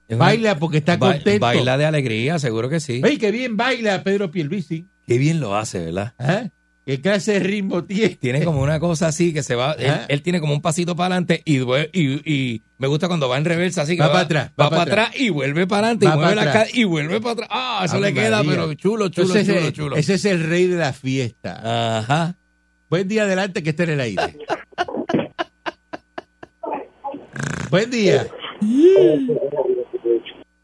D: Es una-
C: baila porque está
D: ba-
C: contento.
D: Baila de alegría, seguro que sí.
C: ¡Ey, qué bien baila Pedro Pierluisi!
D: Qué bien lo hace, ¿verdad?
C: ¿Ah? ¿Qué clase de ritmo tiene?
D: Tiene como una cosa así que se va. Él,
C: Ajá.
D: él tiene como un pasito para adelante y, due- y, y me gusta cuando va en reversa así. que
C: Va para atrás,
D: Va,
C: va
D: para
C: para
D: atrás y vuelve para adelante y
C: Va
D: mueve
C: para
D: la
C: atrás.
D: cara y vuelve para atrás. Ah, eso
C: Ave
D: le queda,
C: María.
D: pero chulo, chulo,
C: Entonces,
D: chulo,
C: ese,
D: chulo.
C: ese es el rey de la fiesta.
D: Ajá.
C: Buen día, adelante, que esté en el aire. Buen día.
D: Eh,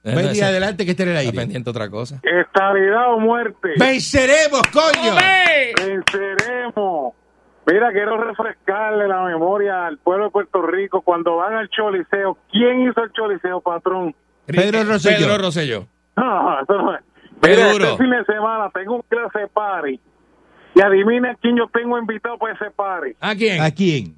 D: no,
C: Buen
D: ese-
C: día, adelante, que esté en el
D: Está
C: aire.
D: pendiente otra cosa.
H: Estabilidad o muerte.
C: ¡Venceremos, coño!
F: ¡Hombre!
H: Venceremos. Mira, quiero refrescarle la memoria al pueblo de Puerto Rico cuando van al Choliseo. ¿Quién hizo el Choliseo, patrón?
C: Pedro Rosselló.
D: Pedro Rosselló.
H: No, eso no es.
D: Qué
H: Mira,
D: duro.
H: este fin de semana tengo un clase party. Y adivina quién yo tengo invitado para ese party.
D: ¿A quién?
C: ¿A quién?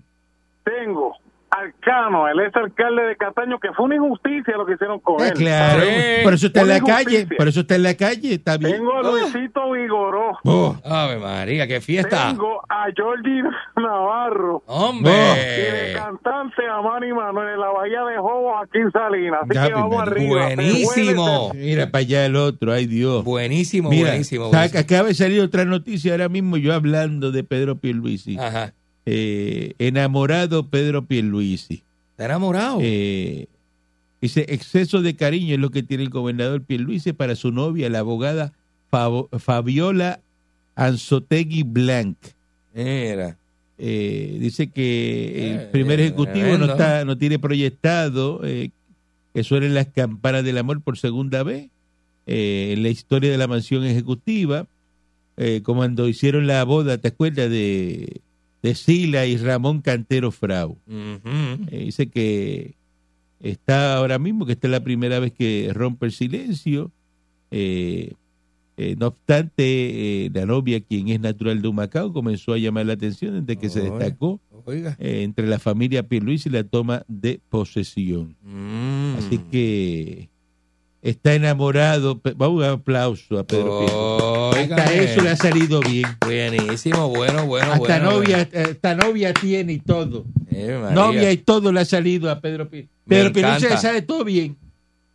H: Tengo al Cano, el ex alcalde de Cataño, que fue una injusticia lo que hicieron con
C: Eh,
H: él.
C: claro.
D: Sí.
C: Por eso está en la
H: Una
C: calle.
H: injusticia.
C: Por eso está en la calle. Está bien.
H: Tengo a Luisito Vigoró.
C: Oh,
D: Ave María, qué fiesta.
H: Tengo a Jordi Navarro. Y
C: Eh,
H: de
D: Hombre.
H: cantante a Manny Manuel en la bahía de Jobos aquí en Salinas. Así
C: Ya,
H: que vamos
C: bienvenido.
H: arriba.
D: Buenísimo.
C: mira para allá el otro. Ay, Dios.
D: Buenísimo,
C: Mira,
D: buenísimo.
C: saca-
D: buenísimo.
C: acaba de salir otra noticia ahora mismo. Yo hablando de Pedro Pierluisi.
D: Ajá.
C: Eh, enamorado Pedro Pierluisi.
D: Está enamorado.
C: Eh, dice, exceso de cariño es lo que tiene el gobernador Pierluisi para su novia, la abogada Favo- Fabiola Anzotegui Blanc.
D: Mira.
C: Eh, dice que el
D: Eh,
C: primer
D: eh,
C: ejecutivo no,
D: tremendo.
C: está, no tiene proyectado eh, que suenen las campanas del amor por segunda vez eh, en la historia de la mansión ejecutiva, eh, como cuando hicieron la boda, ¿te acuerdas? De, de Sila y Ramón Cantero Frau.
D: Ujú.
C: Eh, dice que está ahora mismo, que esta es la primera vez que rompe el silencio. Eh, eh, no obstante, eh, la novia, quien es natural de Humacao, comenzó a llamar la atención desde que se
D: Oye.
C: destacó
D: Oiga.
C: eh, entre la familia Pierluisi y la toma de posesión.
D: Mm.
C: Así que está enamorado. Pe- Vamos a dar aplauso a
D: Oh,
C: Pedro Pierluisi.
D: Oiga.
C: Hasta eso le ha salido bien.
D: Buenísimo, bueno, bueno,
C: Hasta
D: bueno. eh.
C: novia, hasta novia tiene y todo.
D: bueno. Eh,
C: novia
D: María.
C: y todo le ha salido a Pedro Pino.
D: Me
C: Pedro Pino se
D: encanta.
C: le sale todo bien.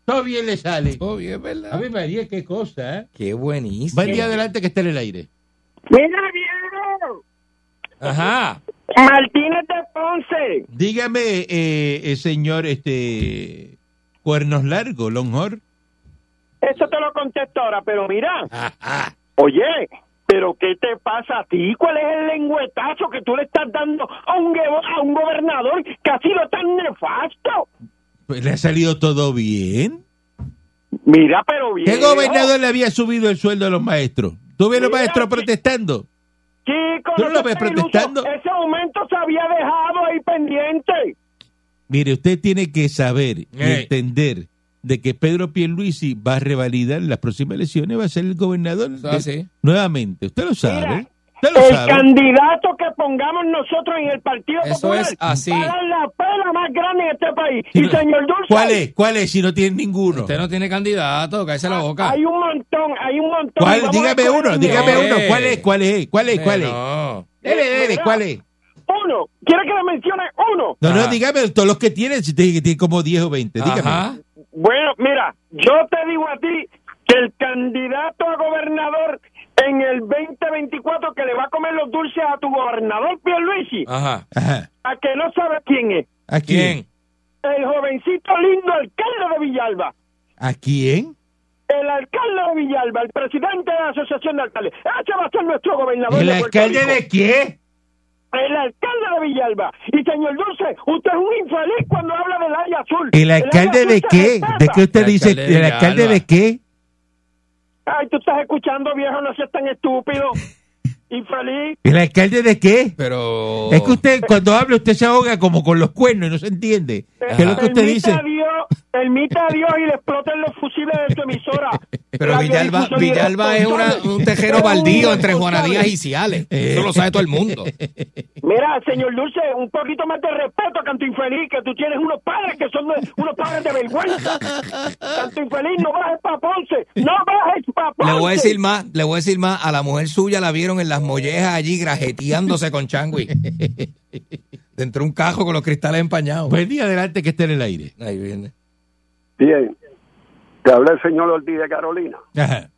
C: Todo bien le sale.
D: Oh, bien, ¿verdad?
C: A ver, María, qué cosa. ¿eh?
D: Qué buenísimo.
C: Buen día adelante que está en el aire.
I: Mira, Diego,
D: Ajá.
I: Martínez de Ponce,
C: Dígame, eh, eh, señor, este. Cuernos largos, Longhor.
I: eso te lo contesto ahora, pero mira, oye, pero ¿qué te pasa a ti? ¿Cuál es el lengüetazo que tú le estás dando a un, go- a un gobernador que ha sido tan nefasto?
C: Pues le ha salido todo bien.
I: Mira, pero bien.
C: ¿Qué gobernador le había subido el sueldo a los maestros? ¿Tú ves los
I: Mira,
C: maestros
I: sí.
C: protestando?
I: Chico,
C: ¿Tú no lo ves
I: seas
C: protestando?
I: iluso. Ese aumento se había dejado ahí pendiente.
C: Mire, usted tiene que saber y
D: Ey.
C: entender de que Pedro Pierluisi va a revalidar las próximas elecciones, va a ser el gobernador
D: Eso
C: de-
D: es así.
C: nuevamente. Usted lo sabe.
I: Mira,
C: usted lo
I: El
C: sabe.
I: candidato que pongamos nosotros en el Partido
D: Eso
I: Popular
D: es así.
I: va a dar la pela más grande en este país.
C: Sí,
I: y
C: pero-
I: señor Dulce,
C: ¿Cuál es? ¿Cuál es? Si no tiene ninguno.
D: Usted Este no tiene candidato, cállese la boca.
I: Ah, hay un montón, hay un montón.
C: ¿Cuál?
I: Vamos a
C: Dígame
I: escoger
C: uno, dígame
D: Eh.
C: uno. ¿Cuál es? ¿Cuál es? ¿Cuál es? ¿Cuál es?
D: Este No.
C: Dele, dele, ¿cuál es?
I: Uno, ¿quiere que le mencione uno?
C: No, no,
D: Ajá.
C: dígame todos los que tienen, si tiene, tiene como 10 o 20, dígame.
D: Ajá.
I: Bueno, mira, yo te digo a ti que el candidato a gobernador en el 2024 que le va a comer los dulces a tu gobernador Pierluisi,
C: Ah.
D: Ajá.
C: Ajá.
I: a que no sabe quién es,
C: ¿A quién?
D: ¿Quién?
I: el jovencito lindo alcalde de Villalba.
C: ¿A quién?
I: El alcalde de Villalba, el presidente de la Asociación de Alcaldes. Ese va a ser nuestro gobernador.
C: ¿El
I: de Puerto
C: alcalde
I: Rico.
C: de qué?
I: El alcalde de Villalba. Y señor Dulce, usted es un infeliz cuando habla del área azul.
C: ¿El alcalde
I: área
C: de
I: azul se
C: qué?
I: reserva.
C: ¿De qué usted
D: El
C: dice?
D: alcalde de
C: ¿El alcalde
D: Villalba.
C: de qué?
I: Ay, tú estás escuchando, viejo, no seas tan estúpido. infeliz.
C: ¿El alcalde de qué?
D: Pero.
C: Es que usted, cuando habla, usted se ahoga como con los cuernos y no se entiende. ¿Qué es lo que usted
I: Permita
C: dice?
I: A Dios, permita a Dios y le exploten los fusiles de su emisora.
D: Pero
I: Radio
D: Villalba,
I: Difusión
D: Villalba es una-
I: Irresponsable.
D: un tejero
I: Es un
D: baldío entre Juana
I: irresponsable.
D: Díaz y Ciales.
C: Eh.
D: Eso lo sabe todo el mundo.
I: Mira, señor Dulce, un poquito más de respeto, canto infeliz, que tú tienes unos padres que son de- unos padres de vergüenza. Canto infeliz, no bajes pa' Ponce, no bajes pa' Ponce.
D: Le voy a decir más, le voy a decir más. A la mujer suya la vieron en las mollejas allí grajeteándose con changui. Dentro de un cajo con los cristales empañados.
C: Buen día, adelante, que esté en el aire.
D: Ahí viene.
J: Bien, te habla el señor Ortiz de Carolina.
C: Ajá.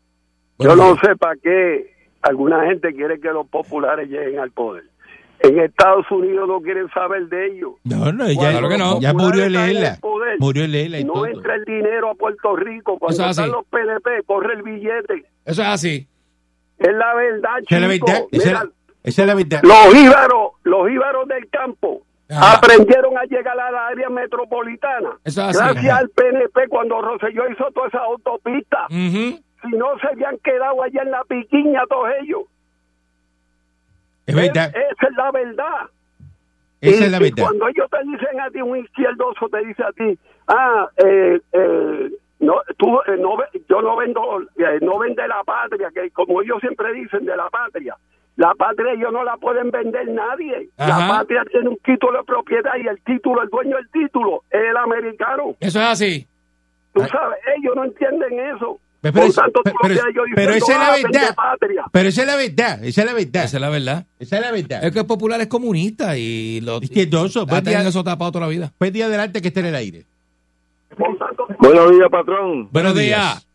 J: Yo no sé para qué alguna gente quiere que los populares lleguen al poder. En Estados Unidos no quieren saber de ellos.
C: No, no, ya,
D: Claro que no.
C: ya murió el
J: Populares están en
C: ELA.
J: el poder.
C: Murió el ELA y
J: No
C: todo.
J: entra el dinero a Puerto Rico. Cuando
D: Eso es así.
J: están los PNP, corre el billete.
D: Eso es así.
J: Es la verdad,
C: Esa es la
J: chico.
C: verdad. Esa,
J: Mira,
C: esa es la verdad.
J: los íbaros, los íbaros del campo.
D: Ajá.
J: Aprendieron a llegar a la área metropolitana.
D: Eso es así.
J: Gracias
D: Ajá.
J: al PNP cuando Rosselló hizo toda esa autopista.
D: Ujú.
J: si no se habían quedado allá en la piquiña todos ellos.
C: Es verdad.
J: Es- esa es la verdad.
C: Esa
J: Y-
C: es la
J: y
C: verdad.
J: cuando ellos te dicen a ti, un izquierdoso te dice a ti, ah, eh, eh, no, tú, eh, no, ve- yo no vendo, eh, no vende la patria, que como ellos siempre dicen de la patria. La patria ellos no la pueden vender nadie.
D: Ajá.
J: La patria tiene un título de propiedad y el título, el dueño del título, es el americano.
D: Eso es así.
J: Tú sabes, ellos no entienden eso.
C: Pero,
J: Por
C: es-
J: tanto, tú
C: pero-
J: lo
C: pero-
J: ves a ellos
C: pero
J: diciendo,
C: esa es la
J: "Ah, vende
C: verdad.
J: patria".
C: Pero esa es la verdad. Esa es la verdad.
D: Esa es la verdad.
C: Esa es la verdad.
D: Es que el popular es comunista y los.
C: Izquierdoso,
D: Ha
C: buen día,
D: tenido eso tapado toda la vida.
C: buen día, adelante, que esté en el aire.
J: Por tanto, Buenos días, patrón.
C: Buenos
D: días.
C: días.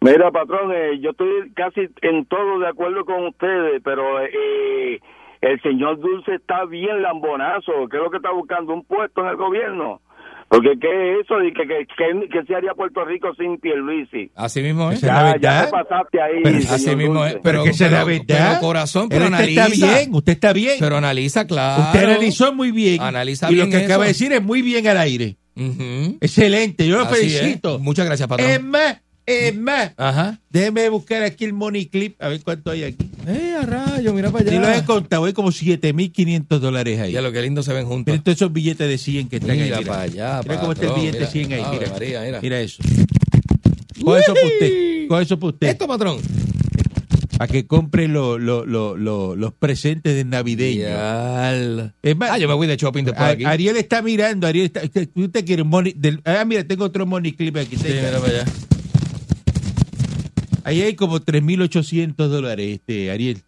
J: Mira, patrón, eh, yo estoy casi en todo de acuerdo con ustedes, pero eh, el señor Dulce está bien lambonazo. ¿Qué es lo que está buscando? ¿Un puesto en el gobierno? Porque ¿qué es eso? ¿Y que, que, que- que se haría Puerto Rico sin Pierluisi?
D: Así mismo es.
C: Esa es la
J: Ah,
C: verdad.
J: ya te pasaste ahí,
C: Pero
J: señor
D: Así mismo es.
J: Dulce.
D: Pero,
C: Porque esa es la
D: pero-
C: verdad.
D: pero corazón, pero
C: Pero usted
D: analiza.
C: está bien, usted está bien.
D: Pero analiza, claro.
C: Usted analizó muy bien.
D: Analiza
C: y lo
D: bien
C: que acaba de
D: eso.
C: decir es muy bien al aire.
D: Ujú.
C: Excelente, yo lo
D: Así es.
C: felicito. Em-
D: Muchas gracias, patrón. Ah.
C: Es más, es más.
D: Ajá.
C: Déjeme buscar aquí el money clip, a ver cuánto hay aquí.
D: Eh, a rayo, mira para allá.
C: Si lo he contado, hay como 7.500 dólares ahí.
D: Ya lo que lindo se ven juntos.
C: Mira todos esos billetes de 100 que están
D: Mira
C: ahí.
D: pa' allá,
C: mira cómo está el
D: patrón,
C: billete
D: mira.
C: 100 ahí.
D: Ave
C: Mira,
D: María, mira.
C: eso. Coge eso para usted. Coge eso para usted.
D: Esto, patrón.
C: Para que compre lo- lo- lo- lo- los presentes de navideño.
D: Dial.
C: Es más,
D: Ah, yo me voy de shopping después de
C: a-
D: aquí.
C: Ariel está mirando. Ariel está, usted, usted quiere un money. del- ah, mira, tengo otro money clip aquí.
D: Sí, mira para allá.
C: Ahí hay como 3.800 dólares, este, Ariel.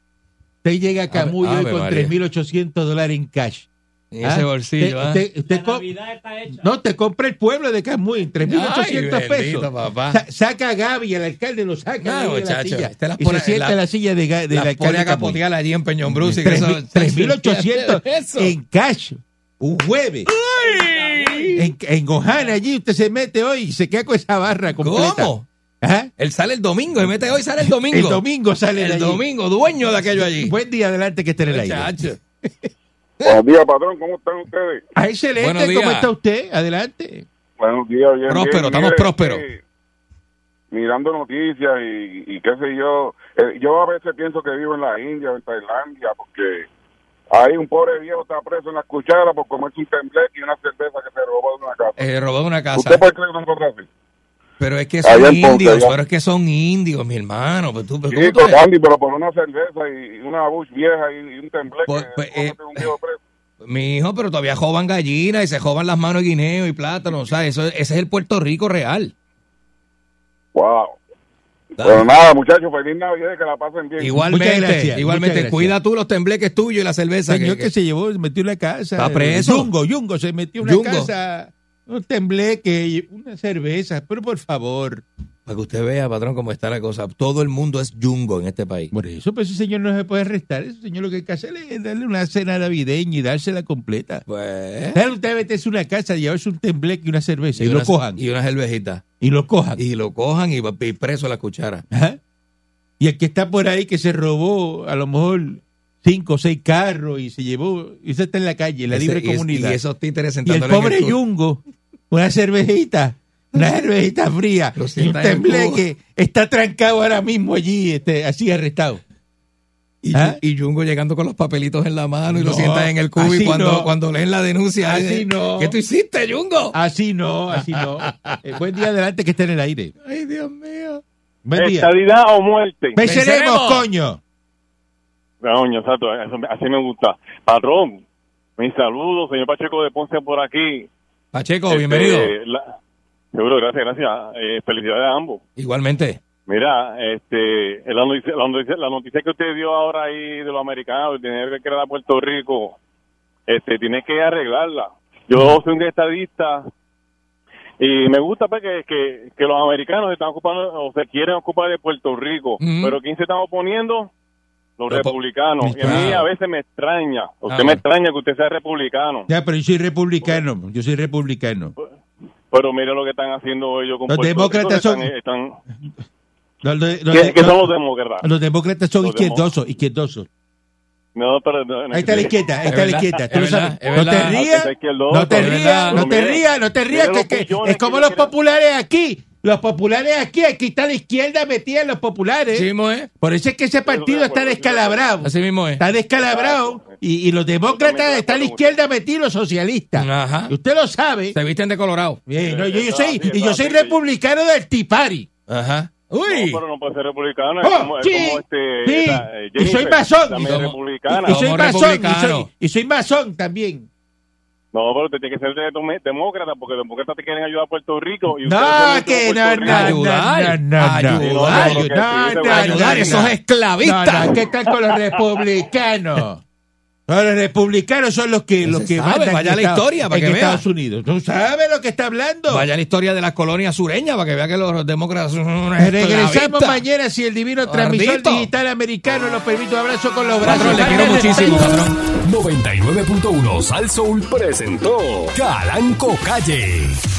C: Usted llega a Camuyo
D: Ave
C: hoy con
D: María.
C: 3.800 dólares en cash.
D: ah, En
C: ¿Ah?
D: ese bolsillo,
C: Usted-
D: ¿ah?
C: usted- usted
G: La
C: co-
G: Navidad está hecha.
C: No, te compra el pueblo de Camuy, 3.800 pesos.
D: Ay, bendito, papá.
C: Sa- saca a Gaby, al alcalde lo
D: No,
C: saca. de la
D: muchacho,
C: silla,
D: te las
C: y
D: pone-
C: se sienta
D: la-
C: en la silla de, Ga- de
D: Las
C: la alcalde
D: pone a
C: de Camuy.
D: capotear allí en Peñón Bruce.
C: Tres mil- 3.800
D: Eso.
C: en cash, un jueves. En, en Gojana allí usted se mete hoy y se queda con esa barra completa.
D: ¿Cómo?
C: Ajá.
D: Él sale el domingo, se mete hoy, sale el domingo.
C: El domingo sale de
D: El
C: allí.
D: domingo, dueño de aquello allí.
C: Buen día, adelante que esté en el aire.
D: Muchacho.
H: Buenos días, patrón. ¿Cómo están ustedes?
C: Ah, excelente,
D: Buenos
C: ¿cómo
D: días.
C: está usted? Adelante.
H: Buenos días.
J: este-
D: Próspero, estamos próspero.
J: mirando noticias y, y qué sé yo. Eh, yo a veces pienso que vivo en la India o en Tailandia porque ahí un pobre viejo está preso en la cuchara por comerse un tembleque y una cerveza que se robó de una casa.
D: Eh, robó de una casa.
J: ¿Usted puede creer una cosa así?
D: Pero es que
J: Allá
D: son
J: en Ponce,
D: indios,
J: allá.
D: pero es que son indios, mi hermano. Pero tú, pero
J: Sí,
D: ¿cómo tú eres?
J: Andy, pero por una cerveza y una bush vieja y, y un tembleque.
D: Pues, eh,
J: pues?
D: Mi hijo, pero todavía joban gallinas y se joban las manos de guineo y plátano. O sea, eso, ese es el Puerto Rico real.
J: Wow. Pero Pues nada, muchachos, feliz Navidad, que la pasen bien.
D: Igualmente, igualmente.
C: muchas gracias.
D: Cuida tú los tembleques tuyos y la cerveza.
C: Señor que, se llevó, se metió en la casa.
D: Está preso.
C: Yungo, Yungo, se metió en la
D: Yungo.
C: casa. Un tembleque, y una cerveza, pero por favor.
D: Para que usted vea, patrón, cómo está la cosa. Todo el mundo es yungo en este país.
C: Por eso, pues ese señor no se puede arrestar. Ese señor lo que hay que hacer es darle una cena navideña y dársela completa.
D: Pues.
C: Dale usted meterse una casa, llevarse un tembleque y una cerveza y, lo
D: una-
C: cojan.
D: Y una cervejita.
C: Y lo cojan.
D: Y lo cojan y, va- y preso la cuchara.
C: Ajá. Y el que está por ahí que se robó a lo mejor cinco o seis carros y se llevó, y se está en la calle, en la
D: Ese-
C: libre
D: y es-
C: comunidad.
D: Y esos títeres
C: Y el
D: sentándole en
C: pobre
D: el cu-
C: Yungo, una cervejita, una cervejita fría,
D: Lo
C: y un
D: sienta en el
C: tembleque, está trancado ahora mismo allí, este, así arrestado.
D: Y,
C: ¿Ah?
D: y Yungo llegando con los papelitos en la mano y lo
C: No,
D: sientan en el cubo
C: así
D: y cuando,
C: no.
D: cuando leen la denuncia.
C: Así
D: eh,
C: no. Ah.
D: ¿Qué tú hiciste, Yungo?
C: Así no, así no. Eh, buen día adelante que esté en el aire.
D: Ay, Dios mío.
C: Buen día.
I: Estadidad o muerte.
C: ¡Venceremos, coño!
I: Coño, exacto, eso- así me gusta. Patrón, mis saludos, señor Pacheco de Ponce por aquí.
D: Pacheco,
I: Este,
D: Oh, bienvenido.
I: la- seguro, gracias, gracias. Eh, felicidades a ambos.
D: Igualmente.
I: Mira, este, la noticia, la, noticia, la noticia que usted dio ahora ahí de los americanos, el dinero que queda a Puerto Rico, este, tiene que arreglarla. Yo soy un estadista y me gusta pues, que, que, que los americanos se están ocupando o se quieren ocupar de Puerto Rico,
K: Ujú.
I: pero ¿quién se están oponiendo?
C: Los
I: Los
C: po-
I: republicanos. Y a mí
C: Claro.
I: a veces me extraña, usted
C: Ah,
I: me
C: bueno.
I: extraña que usted sea republicano,
C: Ya, pero yo soy republicano, yo soy republicano.
I: pero mire lo que están haciendo ellos con
C: Los
I: Puerto
C: demócratas
I: Rico, que
C: son-
I: están- están-
C: Los, los- los-
I: ¿Qué- qué son los demócratas?
C: Los demócratas son
I: Los demo-
C: izquierdosos, izquierdosos.
I: No, pero no, no,
C: Ahí está la izquierda, ahí está la izquierda. Tú lo sabes. No te rías, no te rías, no te rías, no te rías. que- que Es como los populares aquí. Los populares aquí, aquí está la izquierda metida en los populares.
D: Sí mismo es.
C: Por eso es que ese partido está descalabrado.
D: Así mismo es.
C: Está descalabrado. Y, y los demócratas está a la izquierda metida y los socialistas.
D: Ajá.
C: Y usted lo sabe.
D: Se visten de colorado.
C: Eh, no, yo, yo
I: Eso
C: soy,
I: es así,
C: y
I: eso
C: yo
I: es
C: soy
I: así, que yo-
C: republicano del Tipari.
D: Ajá.
I: No, pero no puede ser republicano.
C: Oh,
I: es como, es
C: sí,
I: como este.
C: sí.
I: esta, eh,
C: y soy
I: Jennifer,
C: masón.
I: también
C: Y soy-
I: republicana.
C: y soy masón. y soy- Y soy masón también.
I: No, pero usted tiene que ser de- de- demócrata porque los demócratas te quieren ayudar a Puerto Rico. Y ustedes son
C: No,
I: mucho
C: que no,
I: Puerto
C: no,
I: Rico.
C: no, no, no, no.
I: Sí, no, no, no, que sí,
C: Ayudar,
I: seguro.
C: ayudar,
D: esos esclavistas.
C: No, no, ¿Qué tal con los republicanos? No, los republicanos son los que, los que
D: sabe,
C: mandan
D: vaya
C: en
D: la
C: Estados-
D: historia para
C: en
D: que vea.
C: Estados Unidos. ¿Tú sabes lo que está hablando?
D: Vaya la historia de las colonias sureñas para que vea que los demócratas son unos
C: Regresamos
D: esclavistas.
C: mañana si el divino transmisor
D: Gordito.
C: digital americano nos permite. Un abrazo con los brazos.
D: Patrón, le quiero
C: Dale,
D: muchísimo,
C: dale.
D: patrón.
A: 99.1 Sal Soul presentó Calanco Calle.